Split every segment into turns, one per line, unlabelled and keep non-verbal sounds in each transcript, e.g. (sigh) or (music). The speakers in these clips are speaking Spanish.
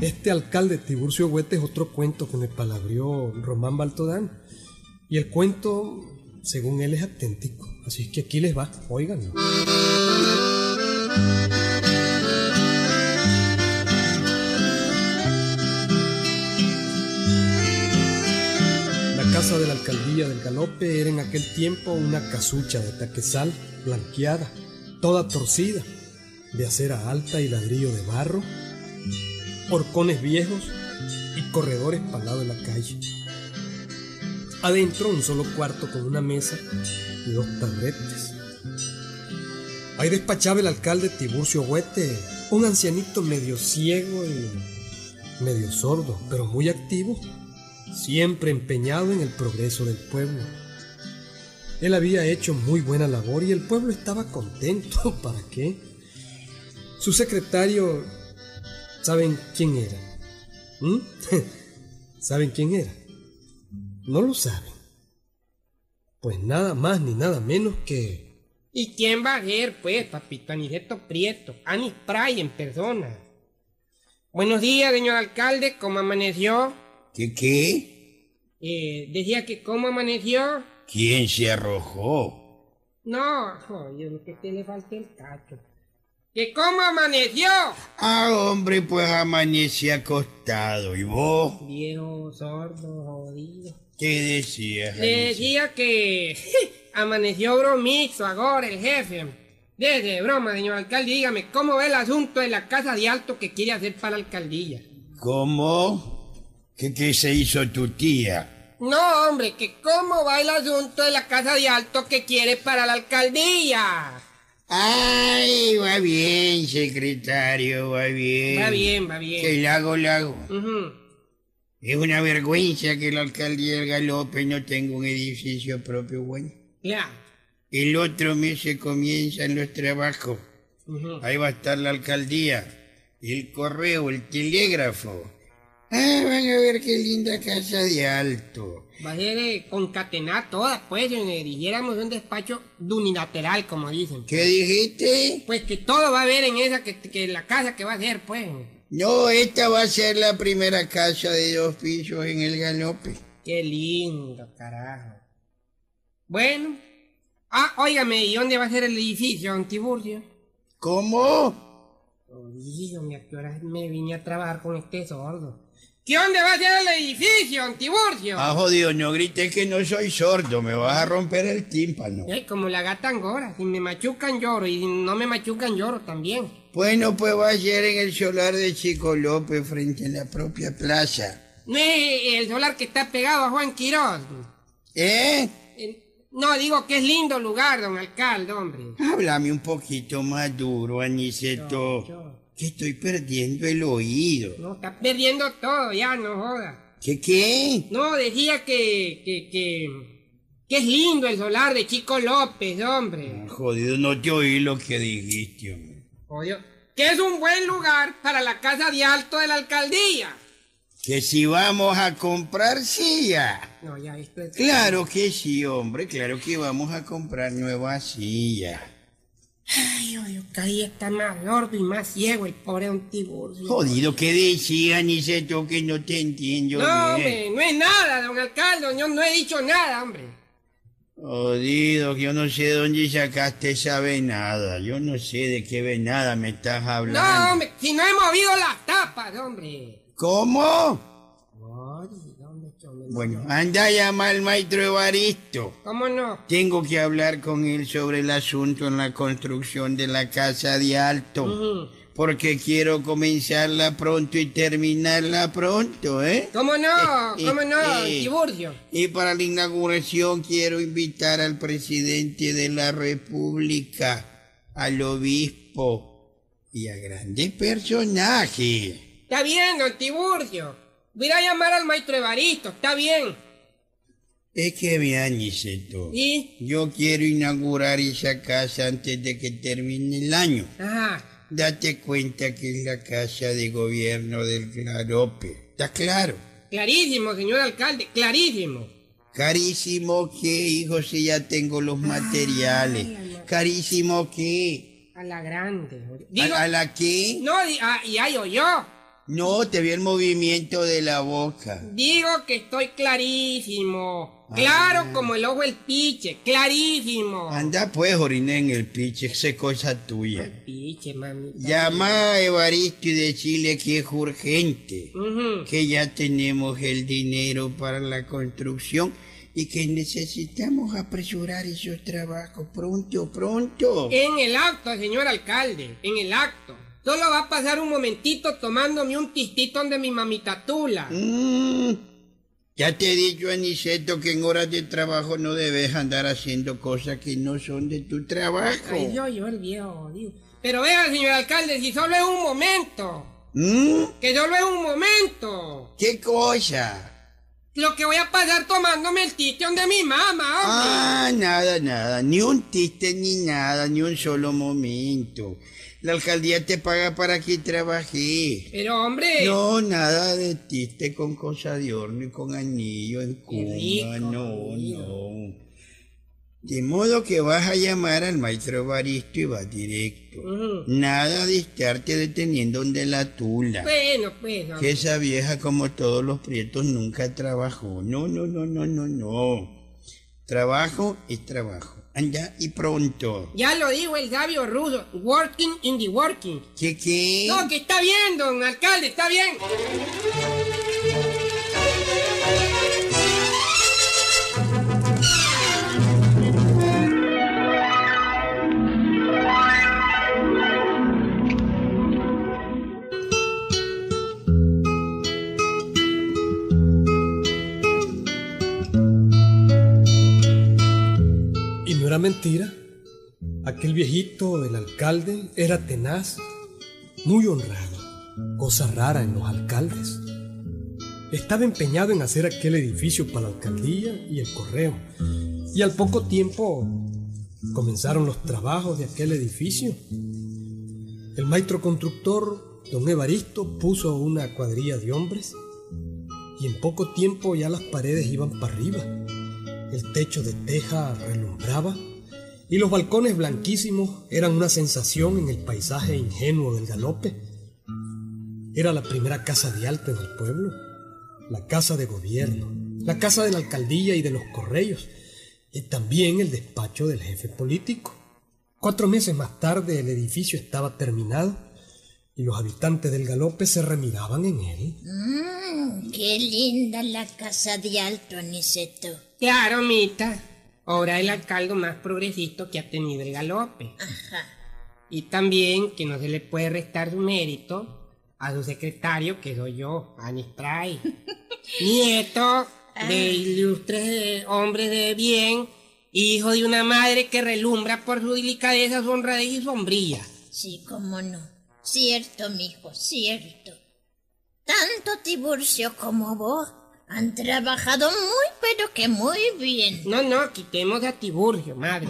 este alcalde Tiburcio Huete es otro cuento que me palabrió Román Baltodán. Y el cuento, según él, es auténtico. Así que aquí les va, oiganlo. La casa de la alcaldía del Galope era en aquel tiempo una casucha de taquesal blanqueada, toda torcida, de acera alta y ladrillo de barro, horcones viejos y corredores para lado de la calle. Adentro un solo cuarto con una mesa y dos tabletes. Ahí despachaba el alcalde Tiburcio Huete, un ancianito medio ciego y medio sordo, pero muy activo, siempre empeñado en el progreso del pueblo. Él había hecho muy buena labor y el pueblo estaba contento. (laughs) ¿Para qué? Su secretario, ¿saben quién era? ¿Mm? (laughs) ¿Saben quién era? No lo saben. Pues nada más ni nada menos que...
¿Y quién va a ser, pues, papito Aniceto Prieto? Anis Pray en persona. Buenos días, señor alcalde, ¿cómo amaneció?
¿Qué qué?
Eh, decía que cómo amaneció.
¿Quién se arrojó?
No, joder, lo que te le falta el cacho. ¿Que cómo amaneció?
Ah, hombre, pues amanece acostado. ¿Y vos?
Viejo sordo, jodido.
¿Qué decías?
Le
Alicia?
decía que (laughs) amaneció bromizo ahora el jefe. Desde broma, señor alcalde, dígame, ¿cómo ve el asunto de la casa de alto que quiere hacer para la alcaldía?
¿Cómo? ¿Qué, ¿Qué se hizo tu tía?
No, hombre, que cómo va el asunto de la casa de alto que quiere para la alcaldía.
Ay, va bien, secretario, va bien.
Va bien, va bien.
Que lago, lago.
Ujú.
Es una vergüenza que la alcaldía del Galope no tenga un edificio propio, bueno.
Claro.
El otro mes se comienzan los trabajos. Ahí va a estar la alcaldía, el correo, el telégrafo. Ah, van a ver qué linda casa de alto.
Va a ser eh, concatenar todas, pues, si le dijéramos un despacho unilateral, como dicen.
¿Qué dijiste?
Pues que todo va a haber en esa, que, que la casa que va a ser, pues.
No, esta va a ser la primera casa de dos pisos en el galope.
Qué lindo, carajo. Bueno. Ah, óigame, ¿y dónde va a ser el edificio, don Tiburcio?
¿Cómo?
Dígame, ¿a qué hora me vine a trabajar con este sordo? ¿Qué dónde va a ser el edificio, don Tiburcio?
Ah, jodido, no grites que no soy sordo, me vas a romper el tímpano.
Ey, como la gata angora, si me machucan lloro y si no me machucan lloro también.
Bueno, pues va a ser en el solar de Chico López frente a la propia plaza.
No es el solar que está pegado a Juan Quirós.
¿Eh?
Eh, No, digo que es lindo lugar, don alcalde, hombre.
Háblame un poquito más duro, Aniceto.
yo.
Que estoy perdiendo el oído.
No, está perdiendo todo, ya, no joda.
¿Qué qué?
No, decía que, que, que, que es lindo el solar de Chico López, hombre.
Ah, Jodido, no te oí lo que dijiste, hombre.
Odio. Que es un buen lugar para la casa de alto de la alcaldía.
Que si vamos a comprar silla.
No, ya, esto es...
Claro que sí, hombre, claro que vamos a comprar nueva silla.
Ay, odio, cada día está más gordo y más ciego el pobre don Tiburcio.
Jodido, ¿qué decía, Aniceto? Que no te entiendo
No,
bien.
hombre, no es nada, don alcalde, yo no he dicho nada, hombre.
Jodido, que yo no sé dónde sacaste esa venada. Yo no sé de qué venada me estás
No,
hablando.
hombre, si no he movido las tapas, hombre.
¿Cómo?
Ay, ¿dónde está, hombre?
Bueno, anda a llamar al maestro Evaristo.
¿Cómo no?
Tengo que hablar con él sobre el asunto en la construcción de la casa de alto.
Ujú.
Porque quiero comenzarla pronto y terminarla pronto, ¿eh?
¿Cómo no?
Eh,
¿Cómo no, don
eh.
Tiburcio?
Y para la inauguración quiero invitar al presidente de la República, al obispo y a grandes personajes.
Está bien, don Tiburcio. Voy a llamar al maestro Evaristo, está bien.
Es que vean, Niceto.
¿Y?
Yo quiero inaugurar esa casa antes de que termine el año.
Ajá.
Date cuenta que es la casa de gobierno del Clarope. ¿Está claro?
Clarísimo, señor alcalde, clarísimo.
Carísimo que, hijo, si ya tengo los materiales. Carísimo que.
A la grande.
¿A,
Digo,
a la que?
no, di- ah, y ahí yo.
No, te vi el movimiento de la boca.
Digo que estoy clarísimo. Claro como el ojo el piche, clarísimo.
Anda pues, orina en el piche, esa es cosa tuya.
Piche, mamita.
Llama a Evaristo y decirle que es urgente,
Ujú.
que ya tenemos el dinero para la construcción y que necesitamos apresurar esos trabajos pronto, pronto.
En el acto, señor alcalde, en el acto. Solo va a pasar un momentito tomándome un tistito de mi mamita Tula.
Mm, Ya te he dicho, Aniceto, que en horas de trabajo no debes andar haciendo cosas que no son de tu trabajo.
Ay, yo, yo, el viejo, digo. Pero vea, señor alcalde, si solo es un momento.
Mm,
Que solo es un momento.
¿Qué cosa?
Lo que voy a pasar tomándome el tistión de mi mamá, hombre.
Ah, nada, nada, ni un tiste ni nada, ni un solo momento. La alcaldía te paga para que trabajes.
Pero, hombre.
No, nada de tiste con cosa de horno y con anillo en cuna.
rico,
no,
anillo.
no. De modo que vas a llamar al maestro Baristo y vas directo.
Ujú.
Nada de estarte deteniendo donde la tula.
Bueno, pues. hombre.
Que esa vieja, como todos los prietos, nunca trabajó. No, no, no, no, no, no. Trabajo es trabajo. Anda y pronto.
Ya lo dijo el sabio ruso. Working in the working.
¿Qué qué?
No, que está bien, don alcalde, está bien.
Y no era mentira. Aquel viejito, el alcalde, era tenaz, muy honrado, cosa rara en los alcaldes. Estaba empeñado en hacer aquel edificio para la alcaldía y el correo. Y al poco tiempo comenzaron los trabajos de aquel edificio. El maestro constructor, don Evaristo, puso una cuadrilla de hombres y en poco tiempo ya las paredes iban para arriba. El techo de teja relumbraba y los balcones blanquísimos eran una sensación en el paisaje ingenuo del galope. Era la primera casa de alto en el pueblo, la casa de gobierno, la casa de la alcaldía y de los correos, y también el despacho del jefe político. Cuatro meses más tarde el edificio estaba terminado y los habitantes del galope se remiraban en él.
Mm, qué linda la casa de Alto Aniceto.
Claro, Mita. Ahora el alcalde más progresista que ha tenido el galope. Y también que no se le puede restar su mérito a su secretario, que soy yo, Anis Pray. Nieto de ilustres hombres de bien, hijo de una madre que relumbra por su delicadeza, su honradez y sombría.
Sí, cómo no. Cierto, mijo, cierto. Tanto Tiburcio como vos han trabajado muy, pero que muy bien.
No, no, quitemos a Tiburcio, madre.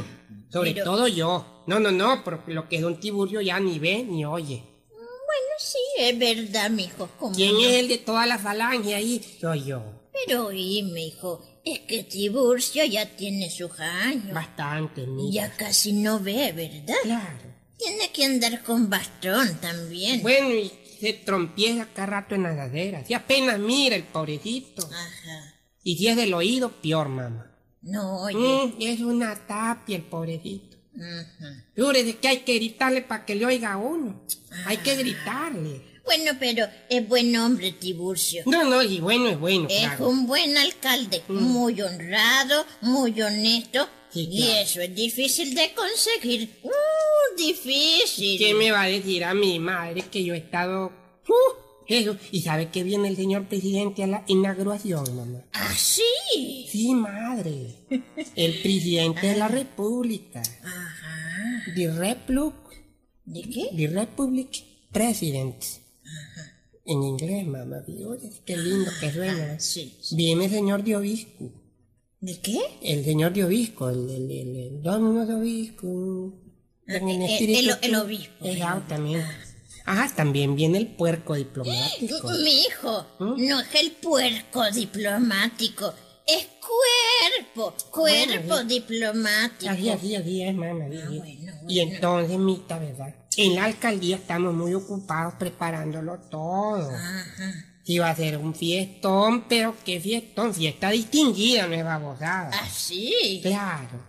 Sobre
Pero-
todo yo. No, no, no, porque lo que es don Tiburcio ya ni ve ni oye.
Bueno, sí, es verdad, mijo, cómo
¿Quién
no.
es el de toda la falange ahí? Soy yo.
Pero oíme, hijo, es que Tiburcio ya tiene sus años.
Bastante,
y
mira.
Ya casi no ve, ¿verdad?
Claro.
Tiene que andar con bastón también.
Bueno, y se trompieza cada rato en la ladera. Si apenas mira el pobrecito.
Ajá.
Y si es del oído, peor, mamá.
No, oye.
Mm, es una tapia el pobrecito.
Ajá.
Fíjese que hay que gritarle para que le oiga a uno. Hay
Ah.
que gritarle.
Bueno, pero es buen hombre, Tiburcio.
No, no, y bueno, es bueno,
Es
claro.
un buen alcalde, muy honrado, muy honesto.
Mm. Sí,
y
claro.
eso es difícil de conseguir. ¡Uh, difícil!
¿Qué me va a decir a mi madre que yo he estado... ¡Uh! Eso. ¿Y sabe que viene el señor presidente a la inauguración, mamá?
¡Ah, sí!
Sí, madre. El presidente de la República.
Ajá.
The Republic.
¿De qué?
The Republic President. En inglés, mamá. Dios, qué lindo que suena.
Sí.
Viene el señor de Obispo.
¿De qué?
El señor de Obispo. El, el, el, el Dominus Obispo. En
El-
espíritu
Ah, eh, el- el obispo. Ah.
Exactamente. Ajá, también viene el puerco diplomático.
Mi hijo,
¿Mm?
no es el puerco diplomático, es cuerpo,
Ah,
cuerpo diplomático. Ah,
Así, así, así es, mamá. así es.
bueno,
Y entonces, mita, ¿verdad? En la alcaldía estamos muy ocupados preparándolo todo.
Ajá.
Sí, va a ser un fiestón, pero qué fiestón, fiesta distinguida, no es babosada.
Ah, Así.
Claro.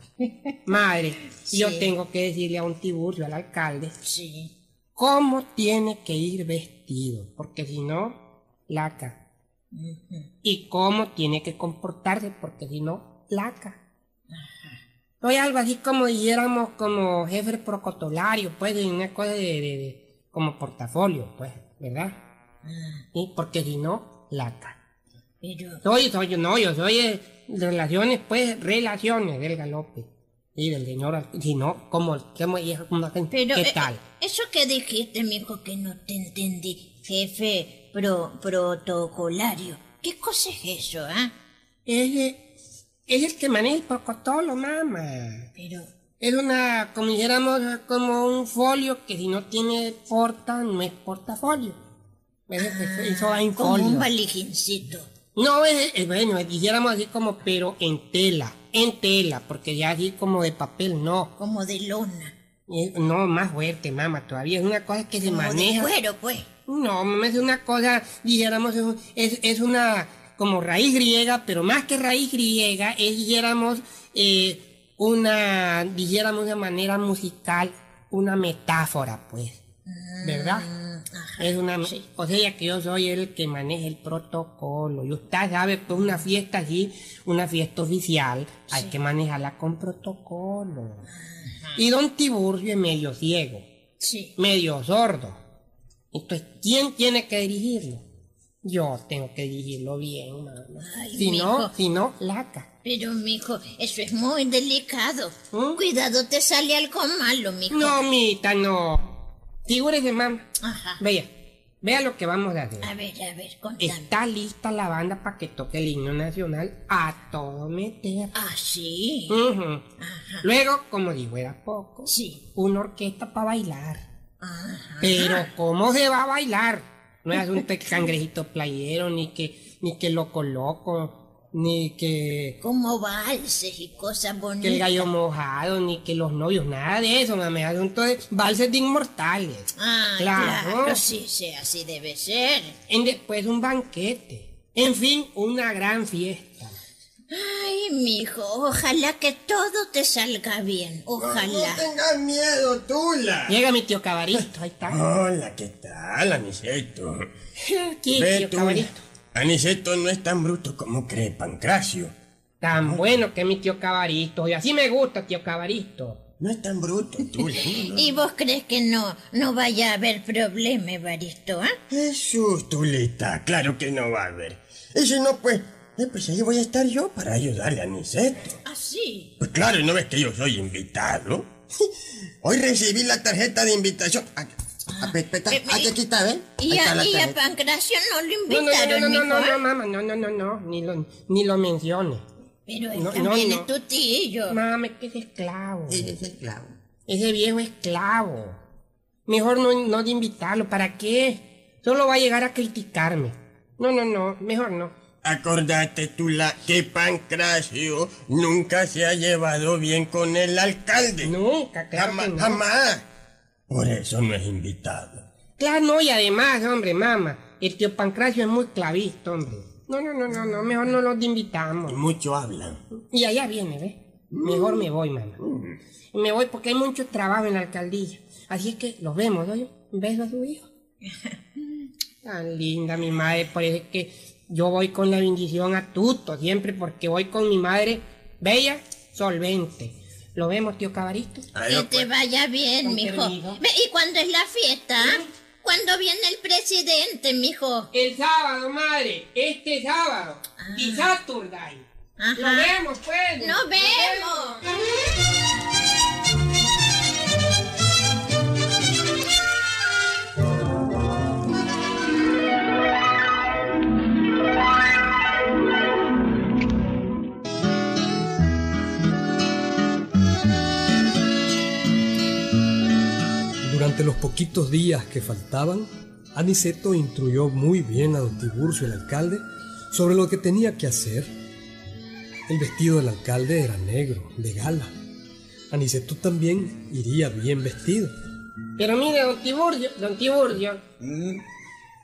Madre, yo
Sí.
tengo que decirle a un Tiburcio, al alcalde,
Sí.
cómo tiene que ir vestido, porque si no, laca. Y cómo tiene que comportarse, porque si no, laca. Soy algo así como dijéramos como jefe procotolario, pues, de una cosa de, de- de- como portafolio, pues, ¿verdad?
Ah,
Sí, porque si no, laca.
pero.
Soy, soy, yo no, yo soy eh, relaciones, pues, relaciones del galope. Y del señor, al- si no, como, como, como
Pero,
¿qué
eh,
tal?
Eso que dijiste, mijo, que no te entendí, jefe pro, protocolario. ¿Qué cosa es eso, ah?
Es, eh, es el que maneja el pocotolo, mamá.
Pero,
Es una, como dijéramos, como un folio que si no tiene porta, no es portafolio. Es- es- Eso va en
Ah, como
folio.
un valijincito.
No, es, es bueno, dijéramos así como, pero en tela, en tela, porque ya así como de papel, no.
Como de lona.
Eh, No, más fuerte, mamá, todavía es una cosa que se
Como de
maneja.
cuero, pues.
No, mamá, es una cosa, dijéramos, es, un- es, es una como raíz griega, pero más que raíz griega, es, dijéramos, eh, una, dijéramos, una manera musical, una metáfora, pues, ¿verdad?
Mm, ajá.
Es una, o sea que yo soy el que maneja el protocolo, y usted sabe, pues una fiesta así, una fiesta oficial, hay que manejarla con protocolo. Y don Tiburcio es medio ciego
Sí.
medio sordo. Entonces, ¿quién tiene que dirigirlo? Yo tengo que dirigirlo bien, mamá.
Ay,
si no,
mijo.
si no, laca.
Pero, mijo, eso es muy delicado.
¿Mm?
Cuidado, te sale algo malo, mijo.
No, mita, no. Figúrese, mamá.
Ajá.
Vea, vea lo que vamos a hacer.
Ah. A ver, a ver, contame.
Está lista la banda para que toque el himno nacional a todo meter.
Ah, sí.
Ujú.
Ajá.
Luego, como si fuera poco,
Sí.
una orquesta para bailar.
Ajá.
Pero ¿cómo se va a bailar? No es un pe- cangrejito playero, ni que, ni que loco loco, ni que,
Como valses y cosas
que el
bonitas.
gallo mojado, ni que los novios, nada de eso, mami. Es asunto de valses de inmortales.
Ah,
Claro.
claro. sí, sí, así debe ser.
En después un banquete. En fin, una gran fiesta.
Ay, mijo, ojalá que todo te salga bien. Ojalá.
tengas miedo, Tula.
Llega mi tío cabarito, ahí
(laughs)
está.
Hola, ¿qué tal, Aniceto?
Aquí,
Ve, eh.
tío
Tula,
cabarito.
Aniceto no es tan bruto como cree Pancracio.
Tan bueno que es mi tío cabarito. Y así me gusta, tío cabarito.
No es tan bruto, Tula.
(laughs)
no, no.
¿Y vos crees que no, no vaya a haber problema, Evaristo, ah?
Jesús, Tulita, claro que no va a haber. Y si no, pues, eh, pues ahí voy a estar yo para ayudarle a Aniceto.
Ah, sí.
Pues claro, ¿no ves que yo soy invitado? (laughs) Hoy recibí la tarjeta de invitación. Aquí, aquí, aquí está, ¿ven?
Ah. Eh, Y
Ahí está
a,
la
y a
tarjeta.
Pancracio no
No, no,
lo
no,
invitaron,
no, no, no,
mijo,
no,
¿ah?
mamá, no, no, no, no, ni lo, ni lo menciones.
Pero él
No, no,
también
no.
es tu tío.
Mami, que es esclavo.
Ese clavo.
Ese viejo esclavo. Mejor no, no de invitarlo. ¿Para qué? Solo va a llegar a criticarme. No, no, no. Mejor no.
Acordate, Tula, que Pancracio nunca se ha llevado bien con el alcalde.
Nunca, claro
jamás,
que no.
jamás. Por eso no es invitado.
Claro, no. Y además, hombre, mamá, el tío Pancracio es muy clavista, hombre. No, no, no, no, no. Mejor no los invitamos.
Mucho hablan.
Y allá viene, ¿ves? Mejor me voy, mamá. Me voy porque hay mucho trabajo en la alcaldía. Así es que los vemos, ¿oye? Un beso a su hijo. Tan linda mi madre, por eso es que yo voy con la bendición a tuto siempre porque voy con mi madre bella, solvente. Lo vemos, tío Cabarito.
Adiós,
Que
pues.
te vaya bien,
Con
mijo.
permiso. ¿Eh?
Ve, ¿Y cuándo es la fiesta? ah? ¿Cuándo viene el presidente, mijo?
El sábado, madre, este sábado. Y Saturday.
Ajá.
Lo vemos, pues.
¡Nos vemos!
Durante los poquitos días que faltaban, Aniceto instruyó muy bien a don Tiburcio, el alcalde, sobre lo que tenía que hacer. El vestido del alcalde era negro, de gala. Aniceto también iría bien vestido.
Pero mire, don Tiburcio, don Tiburcio,
¿Mm?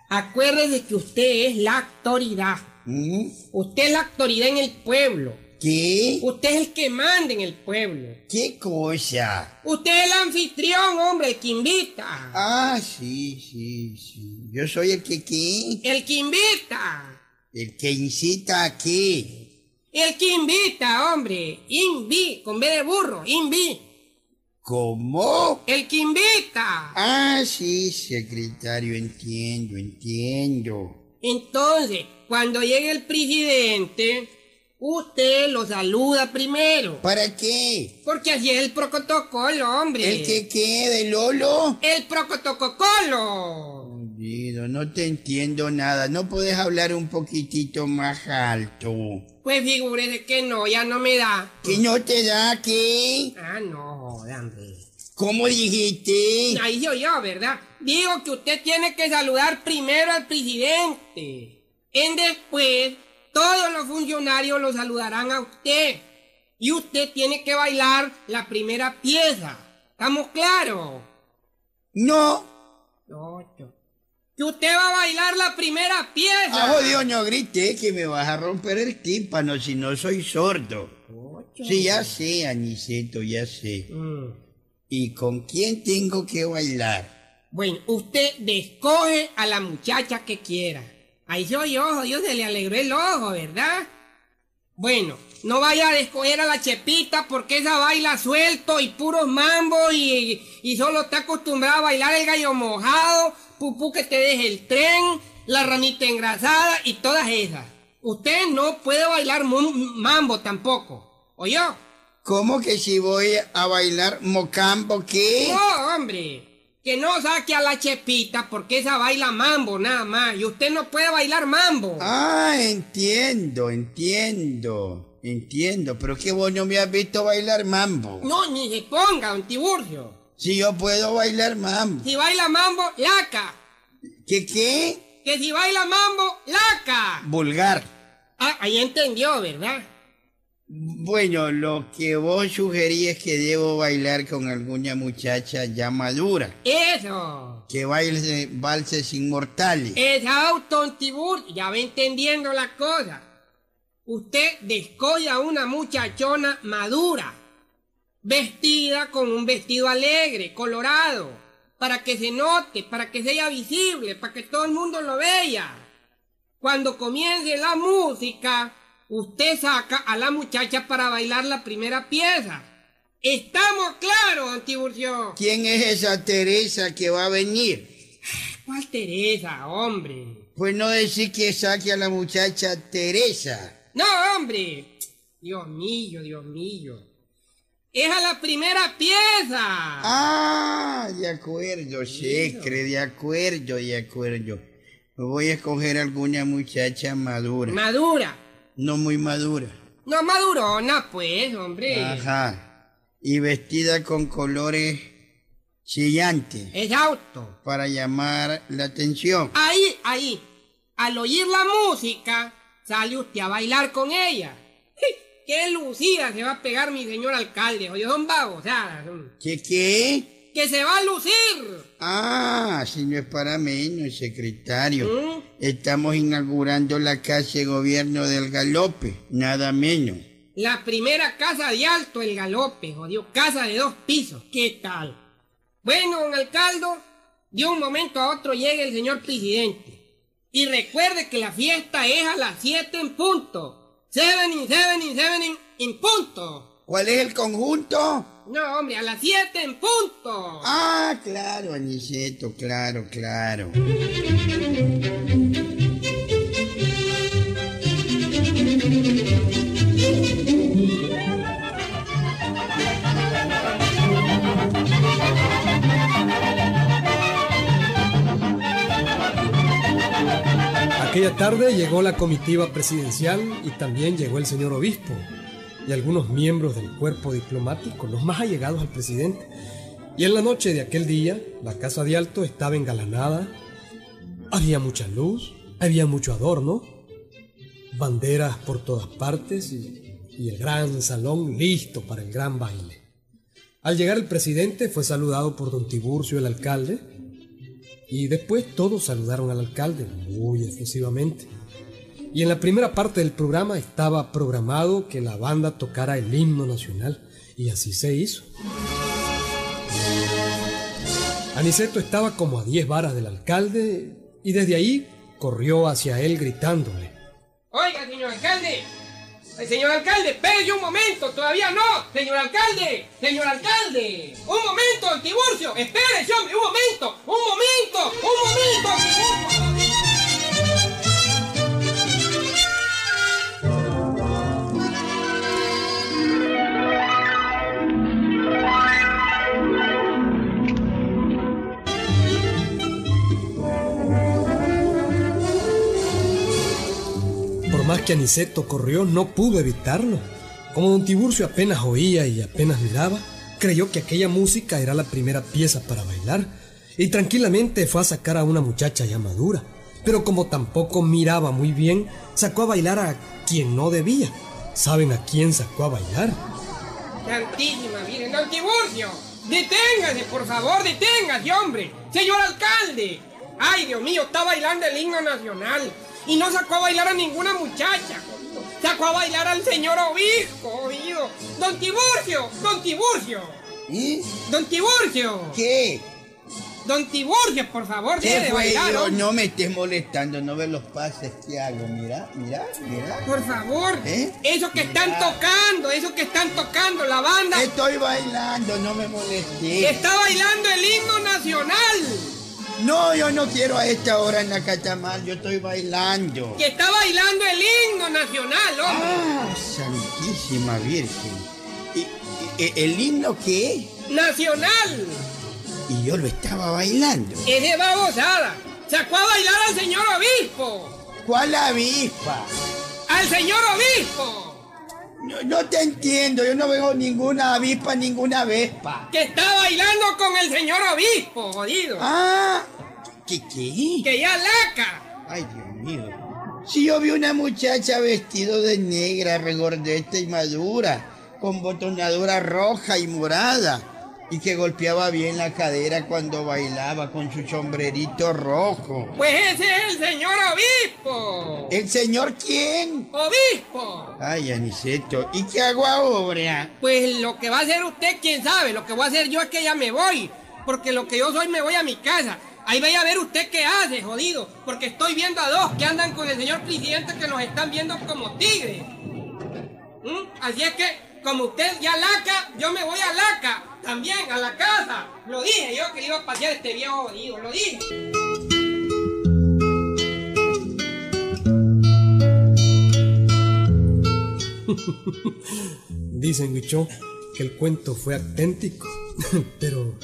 acuérdese que usted es la autoridad.
¿Mm?
Usted es la autoridad en el pueblo.
¿Qué?
Usted es el que manda en el pueblo.
¿Qué cosa?
Usted es el anfitrión, hombre, el que invita.
Ah, sí, sí, sí. Yo soy el que qué?
El que invita.
El que incita a qué.
El que invita, hombre. Invi, con B de burro, invi.
¿Cómo?
El que invita.
Ah, sí, secretario, entiendo, entiendo.
Entonces, cuando llegue el presidente, usted lo saluda primero.
¿Para qué?
Porque así es el protocolo, hombre.
¿El que qué de Lolo?
El protocolo.
Jodido, no te entiendo nada. ¿No podés hablar un poquitito más alto?
Pues figúrese que no, ya no me da.
¿Que no te da qué?
Ah, no, jodan, hombre.
¿Cómo dijiste?
(laughs) Ahí yo yo, ¿verdad? Digo que usted tiene que saludar primero al presidente. En después, todos los funcionarios lo saludarán a usted. Y usted tiene que bailar la primera pieza. ¿Estamos claros?
No.
Chocho. Que usted va a bailar la primera
Ah,
pieza.
jodido, no grité que me vas a romper el tímpano si no soy sordo.
Chocho.
Sí, ya sé, Aniceto, ya sé.
Mm.
¿Y con quién tengo que bailar?
Bueno, usted descoge a la muchacha que quiera. Ahí soy ojo, yo se le alegró el ojo, ¿verdad? Bueno, no vaya a escoger a la Chepita porque esa baila suelto y puros mambos y, y solo está acostumbrada a bailar el gallo mojado, pupú que te deje el tren, la ranita engrasada y todas esas. Usted no puede bailar mu- mambo tampoco, ¿oyó?
¿Cómo que si voy a bailar mocambo qué?
No, hombre. Que no saque a la chepita porque esa baila mambo nada más. Y usted no puede bailar mambo.
Ah, entiendo, entiendo, entiendo. Pero que vos no me has visto bailar mambo.
No, ni se ponga, don Tiburcio.
Si yo puedo bailar mambo.
Si baila mambo, laca.
¿Qué qué?
Que si baila mambo, laca.
Vulgar.
Ah, ahí entendió, ¿verdad?
Bueno, lo que vos sugerí es que debo bailar con alguna muchacha ya madura.
Eso.
Que baile valses inmortales.
Es auto, don Tiburcio. Ya va entendiendo la cosa. Usted descoge a una muchachona madura. vestida con un vestido alegre, colorado, para que se note, para que sea visible, para que todo el mundo lo vea. Cuando comience la música, usted saca a la muchacha para bailar la primera pieza. ¿Estamos claros, don Tiburcio?
¿Quién es esa Teresa que va a venir?
¿Cuál Teresa, hombre?
Pues no decir que saque a la muchacha Teresa.
No, hombre. Dios mío, Dios mío. Es a la primera pieza.
Ah, de acuerdo, secre, de acuerdo, de acuerdo. Voy a escoger alguna muchacha madura.
Madura.
No muy madura.
No madurona, pues, hombre.
Ajá. Y vestida con colores chillantes
Es auto.
para llamar la atención.
Ahí, ahí. Al oír la música, sale usted a bailar con ella. ¡Qué lucida se va a pegar mi señor alcalde! Oye, son babosadas. son.
¿Qué qué?
¡Que se va a lucir!
Ah, si no es para menos, secretario.
¿Mm?
Estamos inaugurando la casa de gobierno del galope, nada menos.
La primera casa de alto, el galope, jodido. Casa de dos pisos. ¿Qué tal? Bueno, don Alcaldo, de un momento a otro llega el señor presidente. Y recuerde que la fiesta es a las 7 en punto. Seven in, seven in, seven in, en punto.
¿Cuál es el conjunto?
No, hombre, a las 7 en punto.
Ah, claro, Aniceto, claro, claro.
Aquella tarde llegó la comitiva presidencial y también llegó el señor obispo y algunos miembros del cuerpo diplomático, los más allegados al presidente. Y en la noche de aquel día, la casa de alto estaba engalanada, había mucha luz, había mucho adorno, banderas por todas partes y, y el gran salón listo para el gran baile. Al llegar el presidente fue saludado por don Tiburcio, el alcalde, y después todos saludaron al alcalde, muy efusivamente. Y en la primera parte del programa estaba programado que la banda tocara el himno nacional, y así se hizo. Aniceto estaba como a 10 varas del alcalde y desde ahí corrió hacia él gritándole.
Oiga, señor alcalde. Eh, Señor alcalde, espere un momento, todavía no. Señor alcalde, señor alcalde. Un momento, don Tiburcio. Espérese, hombre, un momento, un momento, un momento. un momento.
Por más que Aniceto corrió, no pudo evitarlo. Como don Tiburcio apenas oía y apenas miraba, creyó que aquella música era la primera pieza para bailar y tranquilamente fue a sacar a una muchacha ya madura. Pero como tampoco miraba muy bien, sacó a bailar a quien no debía. ¿Saben a quién sacó a bailar?
Santísima Virgen, don Tiburcio. Deténgase, por favor, deténgase, hombre. Señor alcalde. Ay, Dios mío, está bailando el himno nacional. Y no sacó a bailar a ninguna muchacha. jodido. Sacó a bailar al señor obispo, oído. Don Tiburcio, don Tiburcio.
pues, ¿Y
Don Tiburcio.
¿Qué?
Don Tiburcio, por favor, deje
¿Qué
de
fue?
bailar.
yo?
hombre.
No me estés molestando, no ves los pases que hago. Mira, mira, mira.
Por favor.
¿Eh?
Eso que están
Mira.
tocando, eso que están tocando, la banda.
Estoy bailando, no me molestes.
Está bailando el himno nacional.
No, yo no quiero a esta hora en la catamal, yo estoy bailando.
Que está bailando el himno nacional, hombre.
Ah, Santísima Virgen. ¿Y, y- el himno que es?
Nacional.
Y yo lo estaba bailando.
Ese babosada. Sacó a bailar al señor obispo.
¿Cuál avispa?
Al señor obispo.
No, no te entiendo, yo no veo ninguna avispa, ninguna vespa.
Que está bailando con el señor obispo, jodido.
Ah, ¿qué qué?
Que ya laca.
Ay, Dios mío. Si yo vi una muchacha vestida de negra, regordeta y madura, con botonadura roja y morada, y que golpeaba bien la cadera cuando bailaba con su sombrerito rojo.
Pues ese es el señor obispo.
¿El señor quién?
Obispo.
Ay, Aniceto, ¿y qué hago ahora?
Pues lo que va a hacer usted, quién sabe. Lo que voy a hacer yo es que ya me voy. Porque lo que yo soy me voy a mi casa. Ahí vaya a ver usted qué hace, jodido. Porque estoy viendo a dos que andan con el señor presidente que nos están viendo como tigres. ¿Mm? Así es que, como usted ya laca, yo me voy a laca. También a la casa. Lo dije yo que iba a pasear este viejo jodido. Lo dije.
Dicen, Huichón, que el cuento fue auténtico, (laughs) pero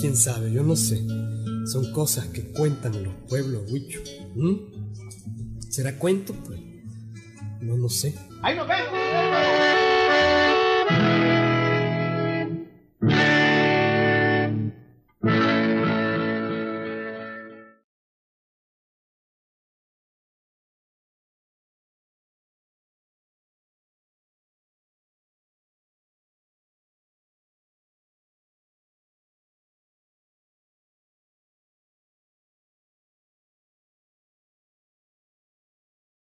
quién sabe, yo no sé. Son cosas que cuentan en los pueblos, Huicho. ¿Mm? ¿Será cuento? Pues no, no sé.
Ahí nos vemos.